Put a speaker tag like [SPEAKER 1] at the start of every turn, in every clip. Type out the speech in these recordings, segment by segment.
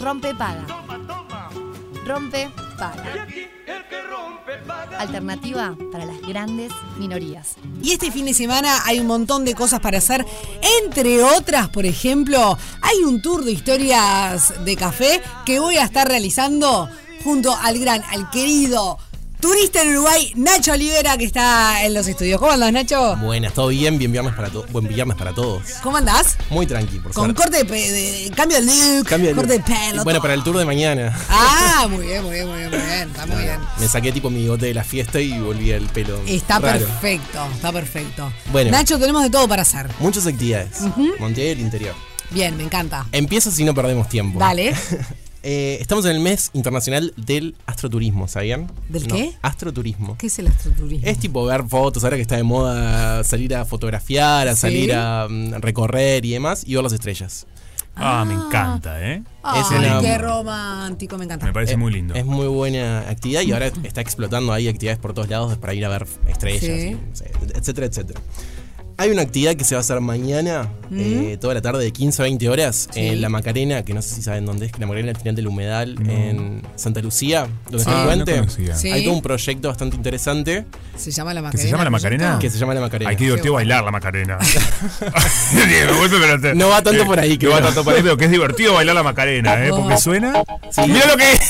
[SPEAKER 1] Rompe, paga. Rompe, paga. Alternativa para las grandes minorías.
[SPEAKER 2] Y este fin de semana hay un montón de cosas para hacer. Entre otras, por ejemplo, hay un tour de historias de café que voy a estar realizando junto al gran, al querido turista en Uruguay, Nacho Olivera, que está en los estudios. ¿Cómo andas, Nacho?
[SPEAKER 3] Buenas, todo bien, bien viernes para todos. Buen viernes para todos.
[SPEAKER 2] ¿Cómo andás?
[SPEAKER 3] Muy tranqui, por
[SPEAKER 2] Con
[SPEAKER 3] suerte.
[SPEAKER 2] corte de, pe- de- cambio de look,
[SPEAKER 3] Cambio de
[SPEAKER 2] corte de
[SPEAKER 3] look.
[SPEAKER 2] pelo.
[SPEAKER 3] Bueno,
[SPEAKER 2] todo.
[SPEAKER 3] para el tour de mañana.
[SPEAKER 2] Ah, muy bien, muy bien, muy bien, muy bien. Está muy bien.
[SPEAKER 3] Me saqué tipo mi bigote de la fiesta y volví el pelo.
[SPEAKER 2] Está
[SPEAKER 3] raro.
[SPEAKER 2] perfecto, está perfecto.
[SPEAKER 3] Bueno.
[SPEAKER 2] Nacho, tenemos de todo para hacer.
[SPEAKER 3] Muchas actividades. Montevideo y el interior.
[SPEAKER 2] Bien, me encanta.
[SPEAKER 3] Empiezo si no perdemos tiempo.
[SPEAKER 2] Dale.
[SPEAKER 3] Eh, estamos en el mes internacional del astroturismo, ¿sabían?
[SPEAKER 2] ¿Del
[SPEAKER 3] No,
[SPEAKER 2] qué?
[SPEAKER 3] Astroturismo.
[SPEAKER 2] ¿Qué es el astroturismo?
[SPEAKER 3] Es tipo ver fotos, ahora que está de moda salir a fotografiar, a
[SPEAKER 2] Sí.
[SPEAKER 3] salir a mm, recorrer y demás, y ver las estrellas.
[SPEAKER 4] Ah, me encanta, ¿eh?
[SPEAKER 2] Ay,
[SPEAKER 3] es una-
[SPEAKER 2] qué romántico, me encanta.
[SPEAKER 4] Me parece
[SPEAKER 3] Eh,
[SPEAKER 4] muy lindo.
[SPEAKER 3] Es muy buena actividad y ahora está explotando ahí actividades por todos lados para ir a ver estrellas,
[SPEAKER 2] Sí.
[SPEAKER 3] y, no sé, etcétera, etcétera. Hay una actividad que se va a hacer mañana,
[SPEAKER 2] Mm.
[SPEAKER 3] eh, toda la tarde de 15 a 20 horas, en La Macarena, que no sé si saben dónde es, que La Macarena al final del humedal en Santa Lucía, donde está
[SPEAKER 4] Ah,
[SPEAKER 3] el
[SPEAKER 4] no
[SPEAKER 3] puente.
[SPEAKER 4] conocía.
[SPEAKER 2] Sí.
[SPEAKER 3] Hay todo un proyecto bastante interesante
[SPEAKER 2] Se llama la
[SPEAKER 4] ¿Que
[SPEAKER 2] Macarena.
[SPEAKER 4] se llama la Macarena?
[SPEAKER 3] que se llama La Macarena.
[SPEAKER 4] Ay, qué divertido bailar la Macarena. Diego, vos me conocés.
[SPEAKER 3] No va tanto por ahí,
[SPEAKER 4] Eh, No
[SPEAKER 3] creo.
[SPEAKER 4] va tanto por ahí, pero que es divertido bailar la Macarena, ¿eh? Porque suena. Mira lo que es.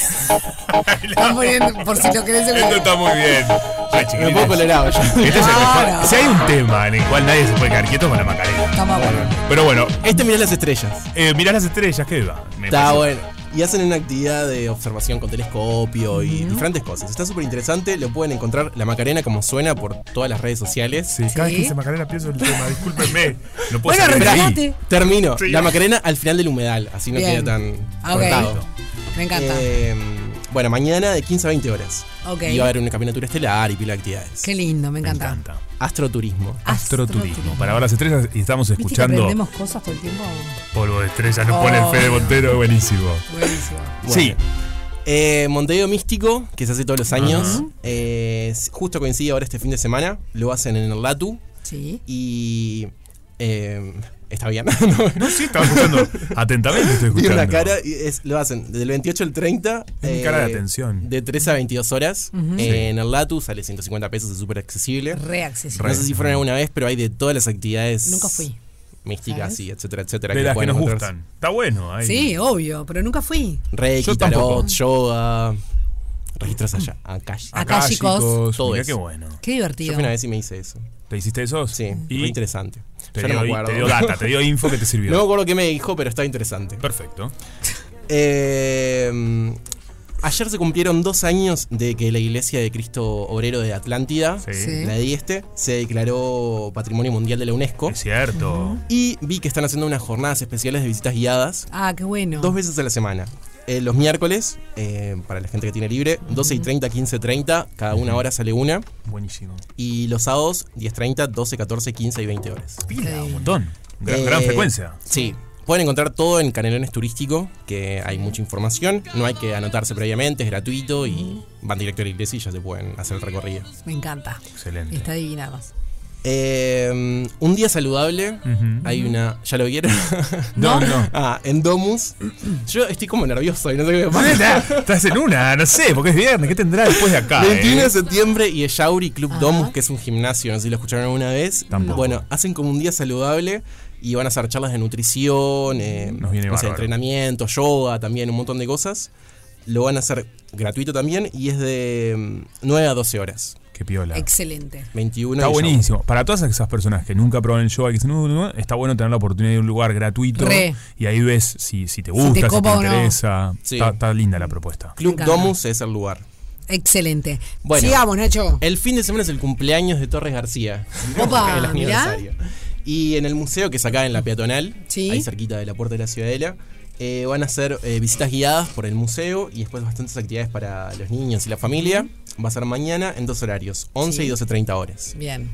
[SPEAKER 2] Están poniendo- por si lo querés
[SPEAKER 4] Esto está muy bien.
[SPEAKER 3] Me
[SPEAKER 4] Ay,
[SPEAKER 3] pongo
[SPEAKER 4] chiquilines.
[SPEAKER 3] colorado ya.
[SPEAKER 4] Este es el
[SPEAKER 2] Claro.
[SPEAKER 4] mejor. Si hay un tema en el cual nadie se puede quedar quieto con la Macarena.
[SPEAKER 2] Está más bueno.
[SPEAKER 4] Pero bueno,
[SPEAKER 3] Este mirá las estrellas.
[SPEAKER 4] eh, mirá las estrellas, ¿qué va? Me
[SPEAKER 3] Está
[SPEAKER 4] parece-
[SPEAKER 3] bueno. Y hacen una actividad de observación con telescopio y diferentes cosas. Está súper interesante. Lo pueden encontrar la Macarena como suena por todas las redes sociales.
[SPEAKER 4] Sí, cada vez
[SPEAKER 2] Sí.
[SPEAKER 4] que se Macarena pienso el tema, discúlpenme. No puedo
[SPEAKER 2] Bueno,
[SPEAKER 4] salir de ahí.
[SPEAKER 2] retrasate.
[SPEAKER 3] Termino.
[SPEAKER 4] Sí.
[SPEAKER 3] La Macarena al final del humedal. Así no
[SPEAKER 2] Bien.
[SPEAKER 3] queda tan
[SPEAKER 2] Ah, ok.
[SPEAKER 3] cortado.
[SPEAKER 2] Me encanta.
[SPEAKER 3] Eh, bueno, mañana de 15 a 20 horas.
[SPEAKER 2] Ok.
[SPEAKER 3] Y va a haber una caminatura estelar y pila de actividades.
[SPEAKER 2] Qué lindo, me
[SPEAKER 4] Me
[SPEAKER 2] encanta.
[SPEAKER 4] encanta.
[SPEAKER 3] Astroturismo.
[SPEAKER 4] Astroturismo. Para ver las estrellas y estamos
[SPEAKER 2] ¿Viste que
[SPEAKER 4] escuchando
[SPEAKER 2] aprendemos cosas todo el tiempo?
[SPEAKER 4] Polvo de estrellas, nos pone el
[SPEAKER 2] Oh.
[SPEAKER 4] Fede Montero, buenísimo.
[SPEAKER 2] Buenísimo.
[SPEAKER 3] Bueno.
[SPEAKER 4] Sí.
[SPEAKER 3] Eh, Montevideo Místico, que se hace todos los años. Eh, justo coincide ahora este fin de semana. Lo hacen en el Latu.
[SPEAKER 2] Sí.
[SPEAKER 3] Y. eh, está bien.
[SPEAKER 4] No, sí, estaba escuchando atentamente, estoy
[SPEAKER 3] Tiene
[SPEAKER 4] escuchando.
[SPEAKER 3] una cara, y es- lo hacen desde el 28 al 30.
[SPEAKER 4] Tiene cara de atención.
[SPEAKER 3] De 13 a 22 horas. Eh, En el Latu sale 150 pesos, es súper accesible.
[SPEAKER 2] Reaccesible.
[SPEAKER 3] No sé si fueron alguna vez, pero hay de todas las actividades.
[SPEAKER 2] Nunca fui.
[SPEAKER 3] Místicas
[SPEAKER 2] ¿Sabes?
[SPEAKER 3] y etcétera, etcétera.
[SPEAKER 4] De las que
[SPEAKER 3] pueden
[SPEAKER 4] nos
[SPEAKER 3] encontrarse.
[SPEAKER 4] gustan. Está bueno. Ahí.
[SPEAKER 2] Sí, obvio, pero nunca fui.
[SPEAKER 3] Reiki,
[SPEAKER 4] Yo tampoco.
[SPEAKER 3] tarot, yoga. Registros allá,
[SPEAKER 2] Mm.
[SPEAKER 3] acá.
[SPEAKER 2] Acá, chicos.
[SPEAKER 3] Todo
[SPEAKER 4] Mira
[SPEAKER 3] eso.
[SPEAKER 4] qué bueno.
[SPEAKER 2] Qué
[SPEAKER 3] Yo
[SPEAKER 2] divertido.
[SPEAKER 3] fui una vez y me hice eso.
[SPEAKER 4] ¿Te hiciste eso?
[SPEAKER 3] Sí,
[SPEAKER 4] Y
[SPEAKER 3] muy interesante.
[SPEAKER 4] Te
[SPEAKER 3] Yo no me
[SPEAKER 4] dio,
[SPEAKER 3] acuerdo.
[SPEAKER 4] te dio data, te dio info que te sirvió.
[SPEAKER 3] No me acuerdo qué me dijo, pero está interesante.
[SPEAKER 4] Perfecto.
[SPEAKER 3] Eh, ayer se cumplieron dos años de que la Iglesia de Cristo Obrero de Atlántida,
[SPEAKER 4] Sí.
[SPEAKER 2] Sí.
[SPEAKER 3] la de Este, se declaró Patrimonio Mundial de la UNESCO.
[SPEAKER 4] Es cierto.
[SPEAKER 3] Y vi que están haciendo unas jornadas especiales de visitas guiadas
[SPEAKER 2] Ah, qué bueno.
[SPEAKER 3] dos veces a la semana. Eh, los miércoles, eh, para la gente que tiene libre, 12 y 30, 15 30, cada una hora sale una.
[SPEAKER 4] Buenísimo.
[SPEAKER 3] Y los sábados, 10 30, 12, 14, 15 y 20 horas.
[SPEAKER 4] Pila, un montón. Gran,
[SPEAKER 3] Eh,
[SPEAKER 4] gran frecuencia.
[SPEAKER 3] Sí. Pueden encontrar todo en Canelones Turístico, que hay mucha información. No hay que anotarse previamente, es gratuito y van directo a la iglesia y ya se pueden hacer el recorrido.
[SPEAKER 2] Me encanta.
[SPEAKER 4] Excelente.
[SPEAKER 2] Está divina más.
[SPEAKER 3] Eh, un día saludable. Hay una. ¿Ya lo vieron?
[SPEAKER 4] No, no.
[SPEAKER 3] ah, en Domus. Yo estoy como nervioso y no sé qué me pasa.
[SPEAKER 4] Nena, Estás en una, no sé, porque es viernes. ¿Qué tendrá después de acá? eh?
[SPEAKER 3] 21 de septiembre y Eyauri Club Domus, que es un gimnasio, no sé si lo escucharon alguna vez.
[SPEAKER 4] Tampoco.
[SPEAKER 3] Bueno, hacen como un día saludable y van a hacer charlas de nutrición, eh,
[SPEAKER 4] Nos viene
[SPEAKER 3] no sé,
[SPEAKER 4] bárbaro.
[SPEAKER 3] entrenamiento, yoga también, un montón de cosas. Lo van a hacer gratuito también y es de mm, 9 a 12 horas.
[SPEAKER 4] Qué piola.
[SPEAKER 2] Excelente.
[SPEAKER 3] 21
[SPEAKER 4] Está
[SPEAKER 3] de Yauri.
[SPEAKER 4] buenísimo. Para todas esas personas que nunca probaron el yoga, que dicen, "No, no, no", está bueno tener la oportunidad de ir a un lugar gratuito.
[SPEAKER 2] Re.
[SPEAKER 4] Y ahí ves si, si te gusta, si te,
[SPEAKER 2] copa o no.
[SPEAKER 4] interesa.
[SPEAKER 3] Sí.
[SPEAKER 4] Está, está linda la propuesta.
[SPEAKER 3] Club
[SPEAKER 2] encanta.
[SPEAKER 3] Domus es el lugar.
[SPEAKER 2] Excelente.
[SPEAKER 3] Bueno. Eh.
[SPEAKER 2] Sigamos, Nacho.
[SPEAKER 3] El fin de semana es el cumpleaños de Torres García.
[SPEAKER 2] Opa,
[SPEAKER 3] el
[SPEAKER 2] mirá.
[SPEAKER 3] aniversario. Y en el museo que es acá en la peatonal,
[SPEAKER 2] Sí.
[SPEAKER 3] ahí cerquita de la puerta de la Ciudadela, eh, van a hacer eh, visitas guiadas por el museo y después bastantes actividades para los niños y la familia. Va a ser mañana en dos horarios, 11 y 12.30 horas.
[SPEAKER 2] Bien.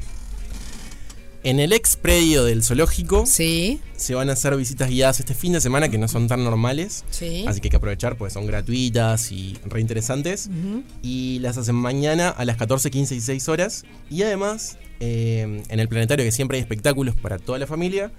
[SPEAKER 3] En el ex predio del zoológico
[SPEAKER 2] Sí.
[SPEAKER 3] se van a hacer visitas guiadas este fin de semana que no son tan normales.
[SPEAKER 2] Sí.
[SPEAKER 3] Así que hay que aprovechar, pues son gratuitas y reinteresantes. Y las hacen mañana a las 14, 15 y em, 6 horas. Y además, eh, en el planetario, que siempre hay espectáculos para toda la familia,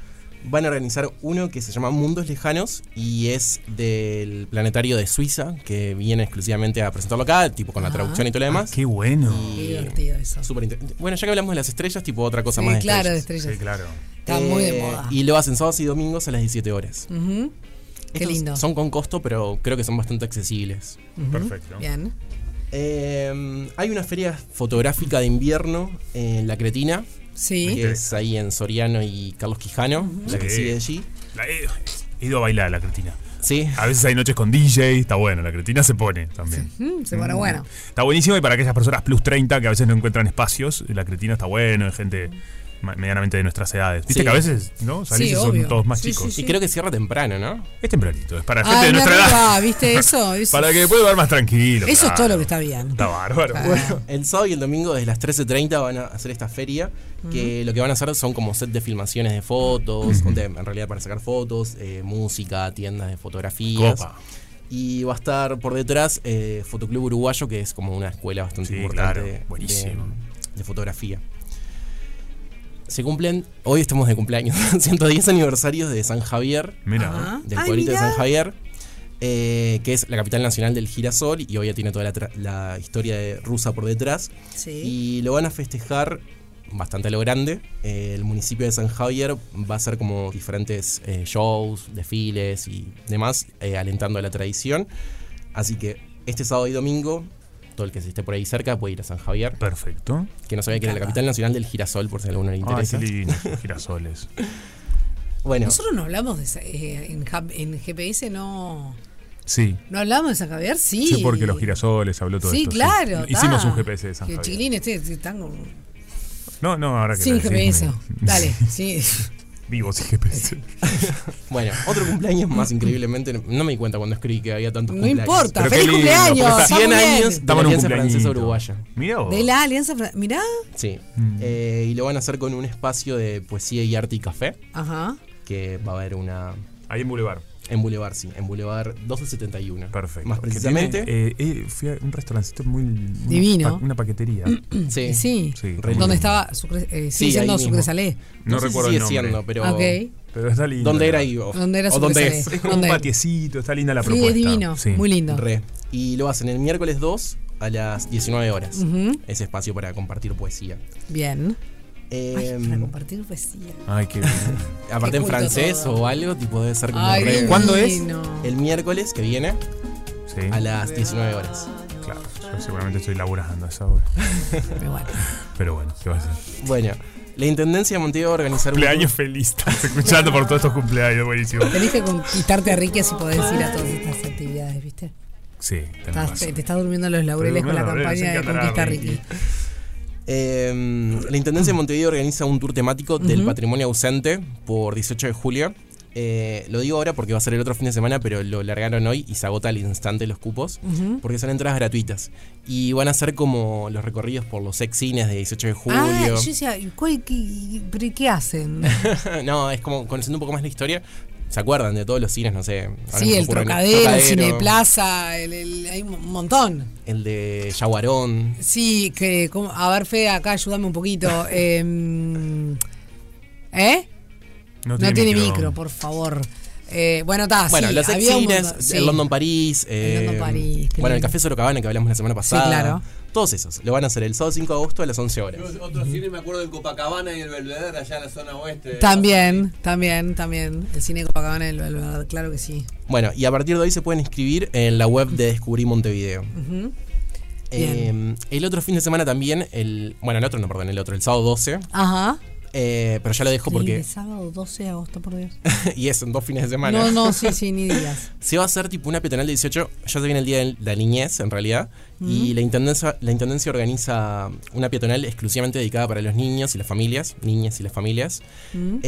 [SPEAKER 3] van a organizar uno que se llama Mundos Lejanos y es del planetario de Suiza, que viene exclusivamente a presentarlo acá, tipo
[SPEAKER 2] Ah.
[SPEAKER 3] con la traducción y todo lo demás.
[SPEAKER 4] Qué bueno.
[SPEAKER 3] Y-
[SPEAKER 2] divertido eso.
[SPEAKER 3] súper inter- bueno, ya que hablamos de las estrellas, tipo otra cosa
[SPEAKER 2] Sí,
[SPEAKER 3] más. de
[SPEAKER 2] claro, de
[SPEAKER 3] estrellas.
[SPEAKER 2] estrellas.
[SPEAKER 4] Sí, claro.
[SPEAKER 2] Está muy de
[SPEAKER 3] Eh,
[SPEAKER 2] moda.
[SPEAKER 3] Y lo hacen sábados y domingos a las 17 horas.
[SPEAKER 2] Ujú. Qué
[SPEAKER 3] Estos
[SPEAKER 2] lindo.
[SPEAKER 3] Son con costo, pero creo que son bastante accesibles.
[SPEAKER 4] Perfecto.
[SPEAKER 2] Bien.
[SPEAKER 3] Eh, hay una feria fotográfica de invierno en La Cretina,
[SPEAKER 2] Sí.
[SPEAKER 3] que es ahí en Soriano y Carlos Quijano, la que
[SPEAKER 4] Sí.
[SPEAKER 3] sigue allí.
[SPEAKER 4] La- he, he ido a bailar a la cretina.
[SPEAKER 3] Sí.
[SPEAKER 4] A veces hay noches con DJ, está bueno, la cretina se pone también.
[SPEAKER 2] Mm, se pone bueno.
[SPEAKER 4] Está buenísimo y para aquellas personas plus 30 que a veces no encuentran espacios, la cretina está bueno, hay gente ma- medianamente de nuestras edades. Viste
[SPEAKER 3] Sí.
[SPEAKER 4] que a veces, ¿no? Salís
[SPEAKER 2] Sí,
[SPEAKER 4] y son
[SPEAKER 2] obvio.
[SPEAKER 4] todos más
[SPEAKER 2] Sí,
[SPEAKER 4] chicos.
[SPEAKER 2] sí, Ah, sí.
[SPEAKER 3] Y creo que cierra temprano, ¿no?
[SPEAKER 4] Es tempranito, es para gente
[SPEAKER 2] Ay,
[SPEAKER 4] de
[SPEAKER 2] me
[SPEAKER 4] nuestra
[SPEAKER 2] arriba,
[SPEAKER 4] edad.
[SPEAKER 2] ¿viste eso? Eso-
[SPEAKER 4] Para que Ah. pueda ver más tranquilo.
[SPEAKER 2] Eso es
[SPEAKER 4] claro.
[SPEAKER 2] todo lo que está bien.
[SPEAKER 4] Está bárbaro.
[SPEAKER 2] Bueno.
[SPEAKER 3] El sábado y el domingo desde las 13.30 van a hacer esta feria, que lo que van a hacer son como set de filmaciones de fotos, donde en realidad para sacar fotos, eh, música, tiendas de fotografías.
[SPEAKER 4] Copa.
[SPEAKER 3] Y va a estar por detrás eh, Fotoclub Uruguayo, que es como una escuela bastante
[SPEAKER 4] Sí,
[SPEAKER 3] importante
[SPEAKER 4] claro,
[SPEAKER 3] de-
[SPEAKER 4] buenísimo.
[SPEAKER 3] De, fotografía. Se cumplen, hoy estamos de cumpleaños, 110 aniversarios de San Javier,
[SPEAKER 4] Mira.
[SPEAKER 2] Ajá.
[SPEAKER 3] del
[SPEAKER 2] Ah, Ay,
[SPEAKER 3] pueblito de
[SPEAKER 2] mirá.
[SPEAKER 3] San Javier, eh, que es la capital nacional del girasol y hoy ya tiene toda la, tra- la historia de rusa por detrás.
[SPEAKER 2] Sí.
[SPEAKER 3] Y lo van a festejar bastante a lo grande. Eh, el municipio de San Javier va a hacer como diferentes eh, shows, desfiles y demás, eh, alentando a la tradición. Así que este sábado y domingo, todo el que se esté por ahí cerca puede ir a San Javier,
[SPEAKER 4] Perfecto.
[SPEAKER 3] que no sabía que era la capital nacional del girasol, por si a alguno le
[SPEAKER 4] Ay, qué
[SPEAKER 3] interesa.
[SPEAKER 4] lindo, girasoles.
[SPEAKER 3] bueno,
[SPEAKER 2] Nosotros no hablamos de esa- eh, en, Hub- en GPS, no.
[SPEAKER 4] Sí.
[SPEAKER 2] ¿No hablamos de San Javier? Sí.
[SPEAKER 4] Sí, porque los girasoles habló todo
[SPEAKER 2] Sí,
[SPEAKER 4] esto.
[SPEAKER 2] claro.
[SPEAKER 4] Hicimos
[SPEAKER 2] ta.
[SPEAKER 4] un GPS de San
[SPEAKER 2] Que
[SPEAKER 4] Javier.
[SPEAKER 2] chiquilín, este, este tan como-
[SPEAKER 4] No, no, ahora que
[SPEAKER 2] Sin
[SPEAKER 4] lo decís,
[SPEAKER 2] GPS.
[SPEAKER 4] me-
[SPEAKER 2] Dale, sí.
[SPEAKER 4] Vivo sin GPS.
[SPEAKER 3] bueno, otro cumpleaños más increíblemente. No me di cuenta cuando escribí que había tantos
[SPEAKER 2] No
[SPEAKER 3] cumpleaños.
[SPEAKER 2] importa.
[SPEAKER 4] Pero qué
[SPEAKER 2] ¡Feliz
[SPEAKER 4] lindo,
[SPEAKER 2] cumpleaños!
[SPEAKER 4] porque
[SPEAKER 2] está
[SPEAKER 3] 100
[SPEAKER 2] muy bien.
[SPEAKER 3] años.
[SPEAKER 4] Estamos en un
[SPEAKER 3] Alianza
[SPEAKER 4] cumpleaños.
[SPEAKER 3] Francesa Uruguaya.
[SPEAKER 4] Mirá vos.
[SPEAKER 2] De la Alianza Fra- Mirá.
[SPEAKER 3] Sí.
[SPEAKER 4] Mm.
[SPEAKER 3] Eh, y lo van a hacer con un espacio de poesía y arte y café,
[SPEAKER 2] Ajá.
[SPEAKER 3] que va a haber una
[SPEAKER 4] Ahí en Boulevard.
[SPEAKER 3] En Boulevard, sí, en Boulevard 1271.
[SPEAKER 4] Perfecto.
[SPEAKER 3] Más
[SPEAKER 4] Que
[SPEAKER 3] precisamente.
[SPEAKER 4] tiene, eh, eh, fui a un restaurancito muy. una
[SPEAKER 2] Divino.
[SPEAKER 4] pa- Una paquetería.
[SPEAKER 3] sí.
[SPEAKER 2] Y Sí.
[SPEAKER 4] Sí.
[SPEAKER 3] Re lindo.
[SPEAKER 2] ¿Dónde estaba? Sucre, eh, sigue
[SPEAKER 3] Sí, ahí
[SPEAKER 2] siendo
[SPEAKER 3] mismo.
[SPEAKER 2] Sucresalé.
[SPEAKER 4] No,
[SPEAKER 3] sé si
[SPEAKER 4] recuerdo el
[SPEAKER 3] sigue
[SPEAKER 4] nombre.
[SPEAKER 3] siendo, pero.
[SPEAKER 2] Ok.
[SPEAKER 4] Pero está lindo.
[SPEAKER 3] ¿Dónde era ahí? O,
[SPEAKER 2] ¿Dónde era
[SPEAKER 3] o dónde
[SPEAKER 2] Sucresalé?
[SPEAKER 3] es?
[SPEAKER 4] Es como un
[SPEAKER 2] ¿Dónde?
[SPEAKER 4] patiecito, está linda la
[SPEAKER 2] Sí,
[SPEAKER 4] propuesta.
[SPEAKER 2] es divino.
[SPEAKER 4] Sí.
[SPEAKER 2] Muy lindo.
[SPEAKER 3] Re. Y lo hacen el miércoles 2 a las 19 horas.
[SPEAKER 2] Ujú.
[SPEAKER 3] Ese espacio para compartir poesía.
[SPEAKER 2] Bien. Ay,
[SPEAKER 3] Em,
[SPEAKER 2] para compartir poesía.
[SPEAKER 4] Ay, qué bien.
[SPEAKER 3] aparte
[SPEAKER 2] Qué
[SPEAKER 3] en
[SPEAKER 2] culto
[SPEAKER 3] francés
[SPEAKER 2] todo.
[SPEAKER 3] o algo, tipo debe ser como
[SPEAKER 2] Ay,
[SPEAKER 3] re-
[SPEAKER 4] ¿Cuándo es?
[SPEAKER 2] divino.
[SPEAKER 3] El miércoles que viene
[SPEAKER 4] Sí.
[SPEAKER 3] a las 19 horas.
[SPEAKER 4] Claro, yo seguramente estoy laburando a esa hora.
[SPEAKER 2] Pero bueno.
[SPEAKER 4] Pero bueno, ¿qué va a ser?
[SPEAKER 3] Bueno, la intendencia de Montevideo va a organizar. un-
[SPEAKER 4] Cumpleaños feliz. Estás escuchando por todos estos cumpleaños, buenísimo.
[SPEAKER 2] Tenés que conquistarte a Ricky si podés ir a todas estas actividades, ¿viste?
[SPEAKER 4] Sí, tenés
[SPEAKER 2] Estás-
[SPEAKER 4] razón.
[SPEAKER 2] te estás durmiendo en los laureles este con la
[SPEAKER 4] durmiendo en
[SPEAKER 2] campaña
[SPEAKER 4] los
[SPEAKER 2] de
[SPEAKER 4] laureles, en
[SPEAKER 2] Conquista
[SPEAKER 4] Cantará,
[SPEAKER 2] Ricky.
[SPEAKER 3] Eh, la Intendencia de Montevideo organiza un tour temático del patrimonio ausente por 18 de julio. Eh, lo digo ahora porque va a ser el otro fin de semana, pero lo largaron hoy y se agota al instante los cupos, porque son entradas gratuitas. Y van a ser como los recorridos por los ex cines de 18 de julio.
[SPEAKER 2] Ah, yo decía, ¿y cuál- qué, pero ¿y qué hacen?
[SPEAKER 3] no, es como conociendo un poco más la historia. ¿Se acuerdan de todos los cines? No sé. ahora no
[SPEAKER 2] Sí,
[SPEAKER 3] se
[SPEAKER 2] el
[SPEAKER 3] ocurren-
[SPEAKER 2] Trocadero, el
[SPEAKER 3] Trocadero,
[SPEAKER 2] Cineplaza, el, el- hay un montón.
[SPEAKER 3] El de Yaguarón.
[SPEAKER 2] Sí, que, ¿cómo? a ver, Fede, acá ayúdame un poquito. Em, ¿Eh? No tiene micro, por favor. Eh, bueno, está,
[SPEAKER 3] Bueno,
[SPEAKER 2] sí,
[SPEAKER 3] los ex
[SPEAKER 2] había un
[SPEAKER 3] cines,
[SPEAKER 2] montón, sí.
[SPEAKER 3] el London París. eh,
[SPEAKER 2] London París, qué
[SPEAKER 3] Bueno, el
[SPEAKER 2] lindo.
[SPEAKER 3] Café Sorocabana que hablamos la semana pasada.
[SPEAKER 2] claro.
[SPEAKER 3] Todos esos. Lo van a hacer el sábado 5 de agosto a las 11 horas.
[SPEAKER 5] Otros otros cines me acuerdo del Copacabana y el Belvedere allá en la zona oeste.
[SPEAKER 2] También, también, también. El cine de Copacabana, el, el- claro que sí.
[SPEAKER 3] Bueno, y a partir de hoy se pueden inscribir en la web de Descubrí Montevideo. Eh, el otro fin de semana también, el. Bueno, el otro no, perdón, el otro, el sábado 12.
[SPEAKER 2] Ajá.
[SPEAKER 3] eh, pero ya lo dejo
[SPEAKER 2] El
[SPEAKER 3] porque.
[SPEAKER 2] sábado 12 de agosto, por Dios.
[SPEAKER 3] y es en dos fines de semana.
[SPEAKER 2] No, no, sí, sí, ni días.
[SPEAKER 3] Se va a hacer tipo una peatonal de 18, ya se viene el día de la niñez en realidad, y la intendencia, la intendencia organiza una peatonal exclusivamente dedicada para los niños y las familias, niñas y las familias.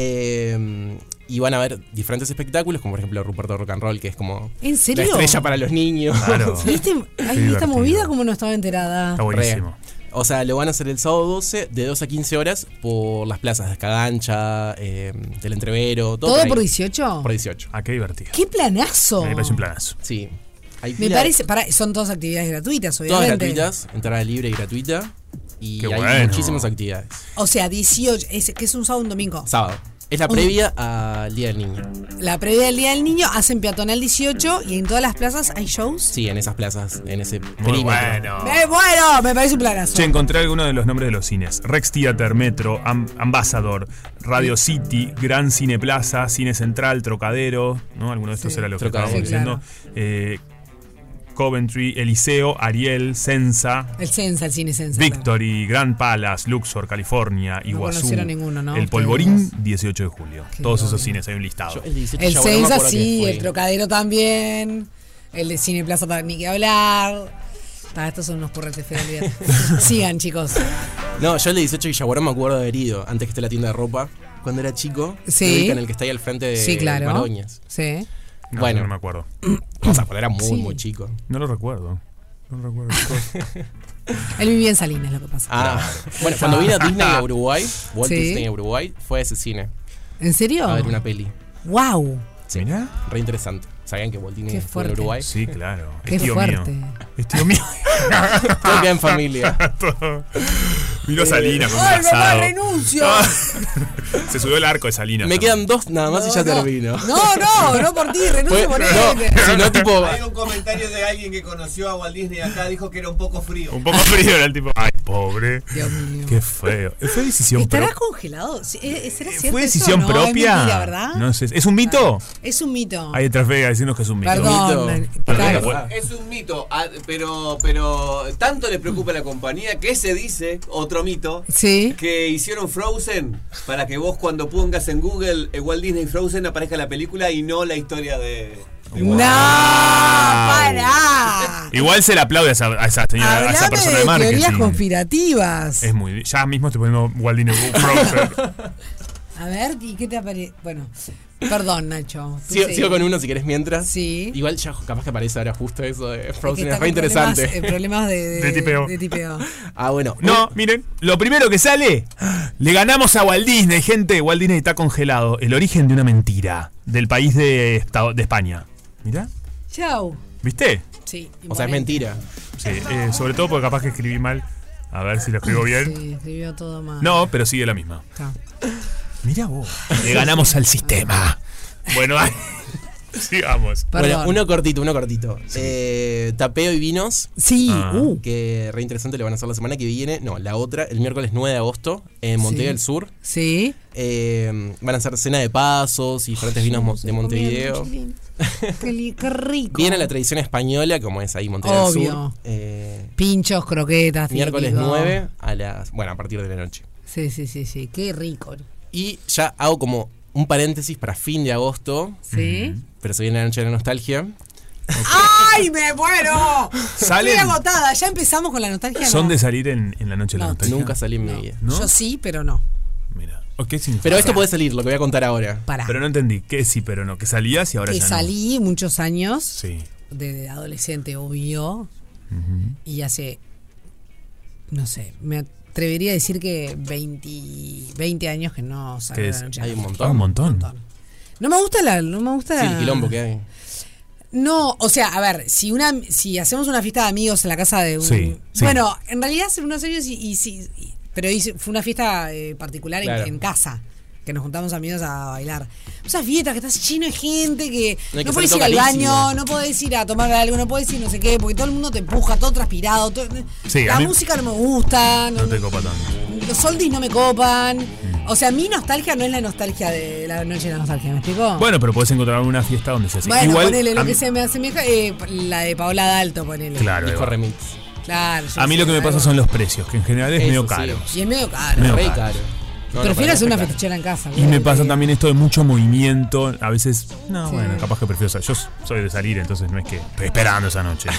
[SPEAKER 3] Eh, y van a haber diferentes espectáculos, como por ejemplo Ruperto Rock and Roll, que es como
[SPEAKER 2] ¿En
[SPEAKER 3] la
[SPEAKER 2] serio?
[SPEAKER 3] estrella para los niños.
[SPEAKER 4] Claro.
[SPEAKER 2] ¿Viste? Ay, esta
[SPEAKER 4] divertido.
[SPEAKER 2] movida como no estaba enterada.
[SPEAKER 4] Está buenísimo.
[SPEAKER 3] Re. O sea, lo van a hacer el sábado 12 de 2 a 15 horas por las plazas de Escagancha, eh, del Entrevero, todo,
[SPEAKER 2] ¿Todo
[SPEAKER 3] ahí.
[SPEAKER 2] por 18?
[SPEAKER 3] Por 18,
[SPEAKER 4] Ah, qué divertido.
[SPEAKER 2] ¡Qué planazo!
[SPEAKER 4] Me parece un planazo.
[SPEAKER 3] sí. Hay
[SPEAKER 2] Me
[SPEAKER 3] pila-
[SPEAKER 2] parece, pará, son todas actividades gratuitas,
[SPEAKER 3] Todas
[SPEAKER 2] obviamente.
[SPEAKER 3] gratuitas, entrada libre y gratuita. Y
[SPEAKER 4] Qué
[SPEAKER 3] hay
[SPEAKER 4] bueno.
[SPEAKER 3] muchísimas actividades.
[SPEAKER 2] O sea, 18, es, que es un sábado y un domingo.
[SPEAKER 3] Sábado. Es la
[SPEAKER 2] Un-
[SPEAKER 3] previa al Día del Niño.
[SPEAKER 2] La previa del Día del Niño hacen peatonal 18 y en todas las plazas hay shows.
[SPEAKER 3] Sí, en esas plazas, en ese
[SPEAKER 4] Muy
[SPEAKER 3] perímetro.
[SPEAKER 4] bueno.
[SPEAKER 2] Eh, bueno, me parece un planazo.
[SPEAKER 4] Che, encontré algunos de los nombres de los cines. Rex Theater, Metro, Am- Ambassador, Radio City, Gran Cine Plaza, Cine Central, Trocadero, ¿no? Alguno de estos
[SPEAKER 2] Sí.
[SPEAKER 4] era lo que
[SPEAKER 3] Trocadero.
[SPEAKER 4] estábamos
[SPEAKER 2] Sí, claro.
[SPEAKER 4] diciendo. Eh, Coventry, Eliseo, Ariel, Sensa,
[SPEAKER 2] El Sensa, el cine Sensa.
[SPEAKER 4] Victory, Grand Palace, Luxor, California, Iguazú.
[SPEAKER 2] conocieron ninguno, ¿no?
[SPEAKER 4] El
[SPEAKER 2] Ustedes
[SPEAKER 4] Polvorín, 18 de julio.
[SPEAKER 2] Qué
[SPEAKER 4] Todos esos
[SPEAKER 2] gloria.
[SPEAKER 4] cines, hay un listado.
[SPEAKER 3] Yo el 18
[SPEAKER 2] El
[SPEAKER 3] ya, bueno, no me
[SPEAKER 2] Sensa
[SPEAKER 3] acuerdo
[SPEAKER 2] sí,
[SPEAKER 3] qué
[SPEAKER 2] el
[SPEAKER 3] fue.
[SPEAKER 2] Trocadero también. El de Cine Plaza para ni que hablar. Ta, estos son unos curretes feos. olvidate. Sigan, chicos.
[SPEAKER 3] Eh, No, yo el 18 de Yaguarón me acuerdo de haber ido, antes que esté la tienda de ropa, cuando era chico.
[SPEAKER 2] Sí.
[SPEAKER 3] lo ubican, el que está ahí al frente de
[SPEAKER 2] Sí, claro.
[SPEAKER 3] Maroñas.
[SPEAKER 2] Sí.
[SPEAKER 4] Ah, No,
[SPEAKER 3] Bueno.
[SPEAKER 4] no me acuerdo.
[SPEAKER 3] O sea, cuando era muy,
[SPEAKER 2] Sí.
[SPEAKER 3] muy chico.
[SPEAKER 4] No lo recuerdo. No lo recuerdo.
[SPEAKER 2] Él vivía en Salinas, lo que pasa.
[SPEAKER 3] Ah, bueno, cuando vine a Disney a Uruguay, Walt
[SPEAKER 2] Sí. Oh.
[SPEAKER 3] Disney a Uruguay, fue a ese cine
[SPEAKER 2] ¿En serio?
[SPEAKER 3] a ver una peli.
[SPEAKER 2] ¡Wow!
[SPEAKER 3] Sí. Re interesante. ¿Sabían que Walt Disney
[SPEAKER 2] Qué
[SPEAKER 3] fue a
[SPEAKER 2] fuerte.
[SPEAKER 3] Uruguay?
[SPEAKER 4] Sí, claro.
[SPEAKER 2] Qué
[SPEAKER 4] es tío
[SPEAKER 2] fuerte.
[SPEAKER 4] mío. Es tío mío.
[SPEAKER 3] Todo queda en familia.
[SPEAKER 4] Miró a Salinas con un
[SPEAKER 2] Eh, ¡Ay, mamá,
[SPEAKER 4] asado. Ah.
[SPEAKER 2] renuncio!
[SPEAKER 4] Se subió el arco de Salinas.
[SPEAKER 3] Me quedan dos nada más y ya
[SPEAKER 2] no.
[SPEAKER 3] termino.
[SPEAKER 2] No, no, no por ti, renuncio por
[SPEAKER 3] Fue- no,
[SPEAKER 2] él.
[SPEAKER 3] sino tipo,
[SPEAKER 5] Hay un comentario de alguien que conoció a Walt Disney acá, dijo que era un poco frío.
[SPEAKER 4] Un poco frío era el tipo. Ay, pobre.
[SPEAKER 2] Dios mío.
[SPEAKER 4] Qué feo. Fue decisión
[SPEAKER 2] ¿Estará
[SPEAKER 4] propia.
[SPEAKER 2] congelado? Sí, eh, ¿Será cierto
[SPEAKER 4] ¿Fue
[SPEAKER 2] eso?
[SPEAKER 4] decisión
[SPEAKER 2] No, es
[SPEAKER 4] propia?
[SPEAKER 2] mentira, ¿verdad?
[SPEAKER 4] No sé. ¿Es un mito? Ah.
[SPEAKER 2] Es un mito.
[SPEAKER 4] Hay otra fe a decirnos que es un mito.
[SPEAKER 2] Perdón.
[SPEAKER 3] Mito.
[SPEAKER 2] te
[SPEAKER 4] Perdón,
[SPEAKER 2] cago.
[SPEAKER 4] bueno.
[SPEAKER 5] Es un mito, ah, pero, pero tanto le preocupa a la compañía que se dice, otro mito,
[SPEAKER 2] Sí.
[SPEAKER 5] que hicieron Frozen para que vos cuando pongas en Google eh, Walt Disney Frozen aparezca la película y no la historia de...
[SPEAKER 2] ¡No! ¡Para!
[SPEAKER 4] Igual se le aplaude a esa, a esa señora, a esa
[SPEAKER 2] Hablame
[SPEAKER 4] persona
[SPEAKER 2] de
[SPEAKER 4] de marketing.
[SPEAKER 2] teorías conspirativas.
[SPEAKER 4] Es muy. Ya mismo estoy poniendo Walt Disney Frozen.
[SPEAKER 2] A ver, ¿y qué te aparece? Bueno, perdón, Nacho. tú
[SPEAKER 3] sigo,
[SPEAKER 2] seguí.
[SPEAKER 3] sigo con uno si querés mientras.
[SPEAKER 2] Sí.
[SPEAKER 3] Igual ya capaz que aparece ahora justo eso de
[SPEAKER 2] Es que
[SPEAKER 3] Frozen.
[SPEAKER 2] está con
[SPEAKER 3] Es re
[SPEAKER 2] problemas-
[SPEAKER 3] interesante.
[SPEAKER 2] eh, Problemas, de, de,
[SPEAKER 4] De tipeo.
[SPEAKER 2] de tipeo.
[SPEAKER 3] Ah, bueno.
[SPEAKER 4] No, miren, lo primero que sale, le ganamos a Walt Disney, gente. Walt Disney está congelado. El origen de una mentira del país de, Esta- de España. Mirá,
[SPEAKER 2] Chau.
[SPEAKER 4] ¿viste?
[SPEAKER 2] Sí.
[SPEAKER 3] O sea, es
[SPEAKER 2] imponente.
[SPEAKER 3] mentira.
[SPEAKER 4] Sí, eh, sobre todo porque capaz que escribí mal. A ver si lo escribo bien.
[SPEAKER 2] Sí, escribió todo mal.
[SPEAKER 4] ¿Eh? No, pero sigue la misma.
[SPEAKER 2] Chau.
[SPEAKER 4] Mirá vos. Le ganamos al sistema. Bueno, sigamos.
[SPEAKER 2] Perdón.
[SPEAKER 3] Bueno, uno cortito, uno cortito. Eh, tapeo y vinos.
[SPEAKER 2] Sí,
[SPEAKER 4] Ah.
[SPEAKER 2] uh.
[SPEAKER 3] Que re interesante lo van a hacer la semana que viene. No, la otra, el miércoles 9 de agosto, en Montevideo
[SPEAKER 2] Sí.
[SPEAKER 3] del Sur.
[SPEAKER 2] Sí.
[SPEAKER 3] Eh, van a hacer cena de pasos y diferentes vinos mo- de Montevideo.
[SPEAKER 2] Comieron chilín. Qué, li- qué rico.
[SPEAKER 3] Viene la tradición española, como es ahí Montevideo del Sur.
[SPEAKER 2] Obvio.
[SPEAKER 3] Eh,
[SPEAKER 2] Pinchos, croquetas.
[SPEAKER 3] miércoles
[SPEAKER 2] típico.
[SPEAKER 3] 9 a las. Bueno, a partir de la noche.
[SPEAKER 2] Sí, sí, sí, sí. Qué rico.
[SPEAKER 3] Y ya hago como un paréntesis para fin de agosto.
[SPEAKER 2] Sí.
[SPEAKER 3] Pero se viene la noche de la nostalgia.
[SPEAKER 2] ¡Ay, me muero!
[SPEAKER 4] Salen.
[SPEAKER 2] Estoy agotada. Ya empezamos con la nostalgia.
[SPEAKER 4] Son
[SPEAKER 2] no.
[SPEAKER 4] de salir en, en la noche de la
[SPEAKER 2] No,
[SPEAKER 4] nostalgia.
[SPEAKER 3] Nunca salí en mi vida.
[SPEAKER 4] ¿No?
[SPEAKER 2] Yo sí, pero no.
[SPEAKER 4] Mira. ¿O qué significa?
[SPEAKER 3] Pero esto puede salir, lo que voy a contar ahora.
[SPEAKER 2] Pará.
[SPEAKER 4] Pero no entendí. ¿Qué sí, pero no? Que salías y ahora
[SPEAKER 2] que
[SPEAKER 4] ya no.
[SPEAKER 2] salí muchos años,
[SPEAKER 4] Sí.
[SPEAKER 2] desde adolescente, obvio. Y hace, no sé, me atrevería a decir que 20, 20 años que no salgo
[SPEAKER 4] Que
[SPEAKER 2] a
[SPEAKER 4] es-
[SPEAKER 2] la noche.
[SPEAKER 3] Hay un
[SPEAKER 4] Ah,
[SPEAKER 3] montón.
[SPEAKER 4] un montón.
[SPEAKER 2] No me gusta la... No me gusta
[SPEAKER 3] Sí,
[SPEAKER 2] la-
[SPEAKER 4] Ah.
[SPEAKER 3] el quilombo que hay.
[SPEAKER 2] No, o sea, a ver, si una si hacemos una fiesta de amigos en la casa de un...
[SPEAKER 4] Sí, sí.
[SPEAKER 2] Bueno, en realidad hace unos años y, y sí, y- pero hice- fue una fiesta eh, particular en-
[SPEAKER 3] Claro.
[SPEAKER 2] en, casa, que nos juntamos amigos a bailar. Esas fiestas que estás lleno de gente, que
[SPEAKER 3] No
[SPEAKER 2] no,
[SPEAKER 3] hay que
[SPEAKER 2] podés
[SPEAKER 3] hacer
[SPEAKER 2] ir
[SPEAKER 3] todo
[SPEAKER 2] al
[SPEAKER 3] carísimo.
[SPEAKER 2] baño, no podés ir a tomar algo, no podés ir no sé qué, porque todo el mundo te empuja, todo transpirado. todo- eh,
[SPEAKER 4] Sí, a
[SPEAKER 2] la
[SPEAKER 4] mí-
[SPEAKER 2] música no me gusta, no-
[SPEAKER 4] No te copa tanto.
[SPEAKER 2] los oldies no me copan. O sea, mi nostalgia no es la nostalgia de la noche de la nostalgia, ¿me explico?
[SPEAKER 4] Bueno, pero podés encontrar una fiesta donde se hace.
[SPEAKER 2] Bueno,
[SPEAKER 4] Igual,
[SPEAKER 2] ponele
[SPEAKER 4] a
[SPEAKER 2] lo
[SPEAKER 4] mí-
[SPEAKER 2] que se me asemeja, eh, la de Paola Dalto, ponele.
[SPEAKER 4] Claro, ahí
[SPEAKER 3] Disco
[SPEAKER 4] va.
[SPEAKER 3] remix.
[SPEAKER 2] Claro, yo
[SPEAKER 4] A mí
[SPEAKER 2] sé,
[SPEAKER 4] lo que me
[SPEAKER 2] algo-
[SPEAKER 4] pasa son los precios, que en general es
[SPEAKER 3] Eso
[SPEAKER 4] medio
[SPEAKER 3] sí.
[SPEAKER 4] caro.
[SPEAKER 2] Y es medio caro.
[SPEAKER 4] Me-
[SPEAKER 3] Re
[SPEAKER 4] caro.
[SPEAKER 3] caro. No, no,
[SPEAKER 2] Prefiero
[SPEAKER 3] para
[SPEAKER 2] hacer una
[SPEAKER 3] mí es caro.
[SPEAKER 2] festichera en casa.
[SPEAKER 4] Y me
[SPEAKER 2] boludo.
[SPEAKER 4] pasa también esto de mucho movimiento. A veces, no,
[SPEAKER 2] Sí.
[SPEAKER 4] bueno, capaz que prefiero. sa- Yo soy de salir, entonces no es que estoy esperando esa noche.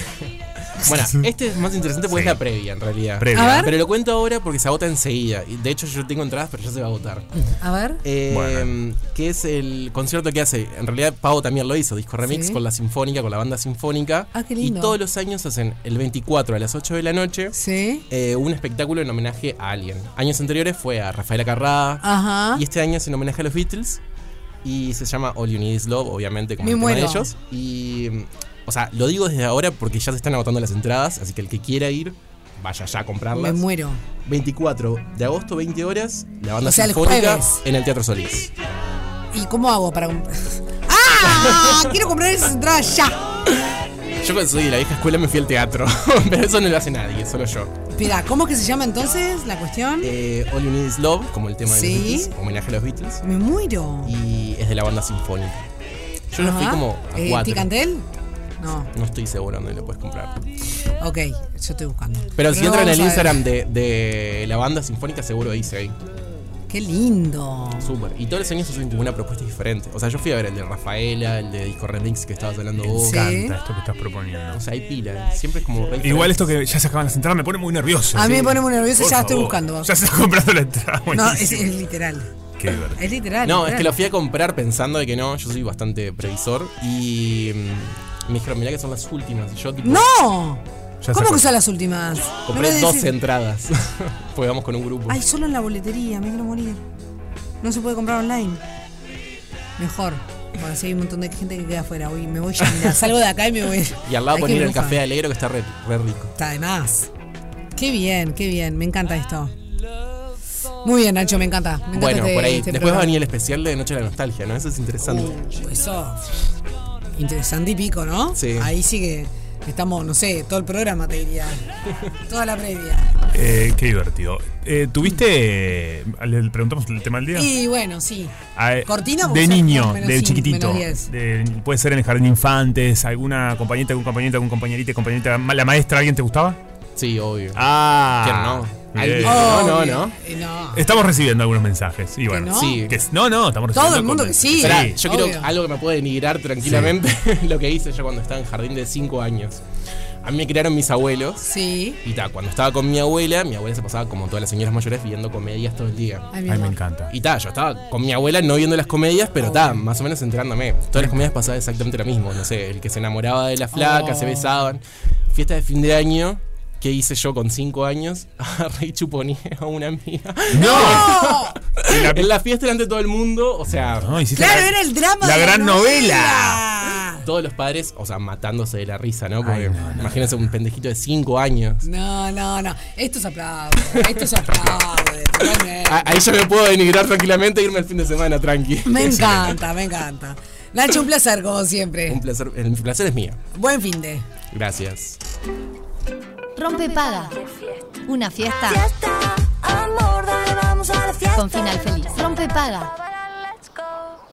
[SPEAKER 3] Bueno, este es más interesante porque
[SPEAKER 4] Sí.
[SPEAKER 3] es la previa en realidad.
[SPEAKER 4] Previa.
[SPEAKER 2] A ver.
[SPEAKER 3] Pero lo cuento ahora porque se agota enseguida. Y de hecho, yo tengo entradas, pero ya se va a agotar.
[SPEAKER 2] A ver.
[SPEAKER 3] Eh,
[SPEAKER 4] Bueno.
[SPEAKER 3] Que es el concierto que hace. En realidad, Pavo también lo hizo, Disco Remix,
[SPEAKER 2] Sí.
[SPEAKER 3] con la Sinfónica, con la banda Sinfónica.
[SPEAKER 2] Ah, qué
[SPEAKER 3] Y
[SPEAKER 2] lindo.
[SPEAKER 3] todos los años hacen el 24 a las 8 de la noche.
[SPEAKER 2] Sí.
[SPEAKER 3] eh, un espectáculo en homenaje a alguien. Años anteriores fue a Rafaela Carrá.
[SPEAKER 2] Ajá.
[SPEAKER 3] Y este año es en homenaje a los Beatles. Y se llama All You Need Is Love, obviamente, como
[SPEAKER 2] Me
[SPEAKER 3] el tema de
[SPEAKER 2] muero.
[SPEAKER 3] ellos. Y. mm, O sea, lo digo desde ahora porque ya se están agotando las entradas. Así que el que quiera ir, vaya ya a
[SPEAKER 2] Me
[SPEAKER 3] comprarlas.
[SPEAKER 2] muero.
[SPEAKER 3] 24 de agosto, 20 horas, la banda
[SPEAKER 2] O sea, el
[SPEAKER 3] sinfónica
[SPEAKER 2] jueves.
[SPEAKER 3] en el Teatro Solís.
[SPEAKER 2] ¿Y cómo hago para comprar? ¡Ah! Quiero comprar esas entradas ya.
[SPEAKER 3] Yo cuando soy de la vieja escuela me fui al teatro, pero eso no lo hace nadie, solo yo.
[SPEAKER 2] Espera, ¿cómo es que se llama entonces la cuestión?
[SPEAKER 3] Eh, All You Need Is Love, como el tema de
[SPEAKER 2] Sí.
[SPEAKER 3] los Beatles, homenaje a los Beatles,
[SPEAKER 2] Me muero.
[SPEAKER 3] y es de la banda sinfónica. Yo no fui
[SPEAKER 2] Ajá.
[SPEAKER 3] como a
[SPEAKER 2] Eh,
[SPEAKER 3] cuatro.
[SPEAKER 2] ¿Ticantel? No.
[SPEAKER 3] No estoy seguro dónde lo puedes comprar. Pero,
[SPEAKER 2] Ok, yo estoy buscando.
[SPEAKER 3] si
[SPEAKER 2] no
[SPEAKER 3] entran
[SPEAKER 2] vamos
[SPEAKER 3] en el
[SPEAKER 2] a ver.
[SPEAKER 3] Instagram de, de la banda sinfónica, seguro dice ahí.
[SPEAKER 2] Qué lindo.
[SPEAKER 3] Súper. Y todos los años hacen como una propuesta diferente. O sea, yo fui a ver el de Rafaela, el de Disco Remix que estabas hablando vos.
[SPEAKER 2] Sí.
[SPEAKER 4] Canta esto que estás proponiendo.
[SPEAKER 3] O sea, hay pila. Siempre es como. re diferente.
[SPEAKER 4] Igual esto que ya se acaban las entradas me pone muy nervioso.
[SPEAKER 2] A mí
[SPEAKER 4] Sí.
[SPEAKER 2] me pone muy nervioso,
[SPEAKER 4] Por
[SPEAKER 2] ya estoy
[SPEAKER 4] favor.
[SPEAKER 2] buscando.
[SPEAKER 4] Ya se está comprando la entrada.
[SPEAKER 2] No, es,
[SPEAKER 4] buenísimo.
[SPEAKER 2] es literal.
[SPEAKER 4] Qué divertido.
[SPEAKER 2] Es literal.
[SPEAKER 3] No, es
[SPEAKER 2] literal.
[SPEAKER 3] que lo fui a comprar pensando de que no, yo soy bastante previsor. Y mm, me dijeron, mirá que son las últimas. Y yo tipo,
[SPEAKER 2] ¡No!
[SPEAKER 4] Ya
[SPEAKER 2] ¿Cómo
[SPEAKER 4] sacó.
[SPEAKER 2] que son las últimas?
[SPEAKER 3] compré
[SPEAKER 2] No me
[SPEAKER 3] 12
[SPEAKER 2] decís-
[SPEAKER 3] entradas. Porque vamos con un grupo.
[SPEAKER 2] Ay, solo en la boletería, me quiero morir. No se puede comprar online. Mejor. Bueno, así hay un montón de gente que queda afuera. Uy, me voy ya. mirá, salgo de acá y me voy.
[SPEAKER 3] y al
[SPEAKER 2] Ay,
[SPEAKER 3] lado
[SPEAKER 2] qué
[SPEAKER 3] poner el
[SPEAKER 2] bruja.
[SPEAKER 3] café alegro que está re, re rico.
[SPEAKER 2] Está de más. Qué bien, qué bien. Me encanta esto. Muy bien, Nacho, me encanta. Me encanta
[SPEAKER 3] Bueno,
[SPEAKER 2] este-
[SPEAKER 3] por ahí.
[SPEAKER 2] este
[SPEAKER 3] Después va a venir el especial de Noche de la Nostalgia, ¿no? Eso es interesante.
[SPEAKER 2] Uh, eso. Interesante y pico, ¿no?
[SPEAKER 3] Sí.
[SPEAKER 2] Ahí sí que estamos, no sé, todo el programa te diría. Toda la previa.
[SPEAKER 4] Eh, qué divertido. Eh, ¿Tuviste. eh, le preguntamos el tema del día?
[SPEAKER 2] Y bueno, sí.
[SPEAKER 4] Ah, eh,
[SPEAKER 2] Cortina, porque
[SPEAKER 4] De
[SPEAKER 2] son
[SPEAKER 4] niño,
[SPEAKER 2] menos
[SPEAKER 4] de
[SPEAKER 2] cinco,
[SPEAKER 4] chiquitito.
[SPEAKER 2] menos diez.
[SPEAKER 4] De- puede ser en el jardín de infantes, alguna compañita, algún compañero, algún compañerita, compañerita. ma- ¿La maestra alguien te gustaba?
[SPEAKER 3] Sí, obvio.
[SPEAKER 4] Ah.
[SPEAKER 3] ¿Quién no? Alguien.
[SPEAKER 4] bien.
[SPEAKER 3] No, no,
[SPEAKER 2] Obvio.
[SPEAKER 3] no.
[SPEAKER 2] Eh, no.
[SPEAKER 4] Estamos recibiendo algunos mensajes. Y bueno.
[SPEAKER 2] no?
[SPEAKER 3] Sí.
[SPEAKER 4] Que- no, no, estamos
[SPEAKER 2] Todo
[SPEAKER 4] recibiendo.
[SPEAKER 2] el mundo que
[SPEAKER 4] com-
[SPEAKER 2] sí.
[SPEAKER 3] Pará,
[SPEAKER 2] Sí.
[SPEAKER 3] yo
[SPEAKER 2] Obvio.
[SPEAKER 3] quiero algo que me puede denigrar tranquilamente lo que hice yo cuando estaba en jardín de 5 años. A mí me criaron mis abuelos.
[SPEAKER 2] Sí.
[SPEAKER 3] Y ta, cuando estaba con mi abuela, mi abuela se pasaba como todas las señoras mayores viendo comedias todo el día.
[SPEAKER 2] Ay, mi
[SPEAKER 4] Ay, me
[SPEAKER 2] amor.
[SPEAKER 4] encanta.
[SPEAKER 3] Y ta, yo estaba con mi abuela no viendo las comedias, pero ta, más o menos enterándome. Todas las comedias pasaba exactamente lo mismo. No sé, el que se enamoraba de la flaca,
[SPEAKER 2] Oh.
[SPEAKER 3] se besaban. Fiesta de fin de año, ¿qué hice yo con 5 años? Rey chuponé a una amiga.
[SPEAKER 4] ¡No!
[SPEAKER 2] ¡No!
[SPEAKER 4] Y la-
[SPEAKER 3] En la fiesta delante de todo el mundo, o sea.
[SPEAKER 4] no, hiciste
[SPEAKER 2] Claro,
[SPEAKER 4] la-
[SPEAKER 2] era el drama.
[SPEAKER 4] La
[SPEAKER 2] de
[SPEAKER 4] gran
[SPEAKER 2] novela.
[SPEAKER 3] todos los padres, o sea, matándose de la risa, ¿no? Porque
[SPEAKER 4] Ay, no, no,
[SPEAKER 3] imagínense un pendejito de 5 años.
[SPEAKER 2] No, no, no. Esto se aplaude. Esto se aplaude. totalmente.
[SPEAKER 3] A- Ahí yo me puedo denigrar tranquilamente e irme el fin de semana tranqui.
[SPEAKER 2] Me encanta, me encanta. Nacho, un placer como siempre.
[SPEAKER 3] Un placer, el placer es mío.
[SPEAKER 2] Buen fin de.
[SPEAKER 3] Gracias.
[SPEAKER 1] Rompe paga. Una fiesta
[SPEAKER 6] Fiesta, amor, dale, vamos a la fiesta.
[SPEAKER 1] con final feliz. Rompe paga.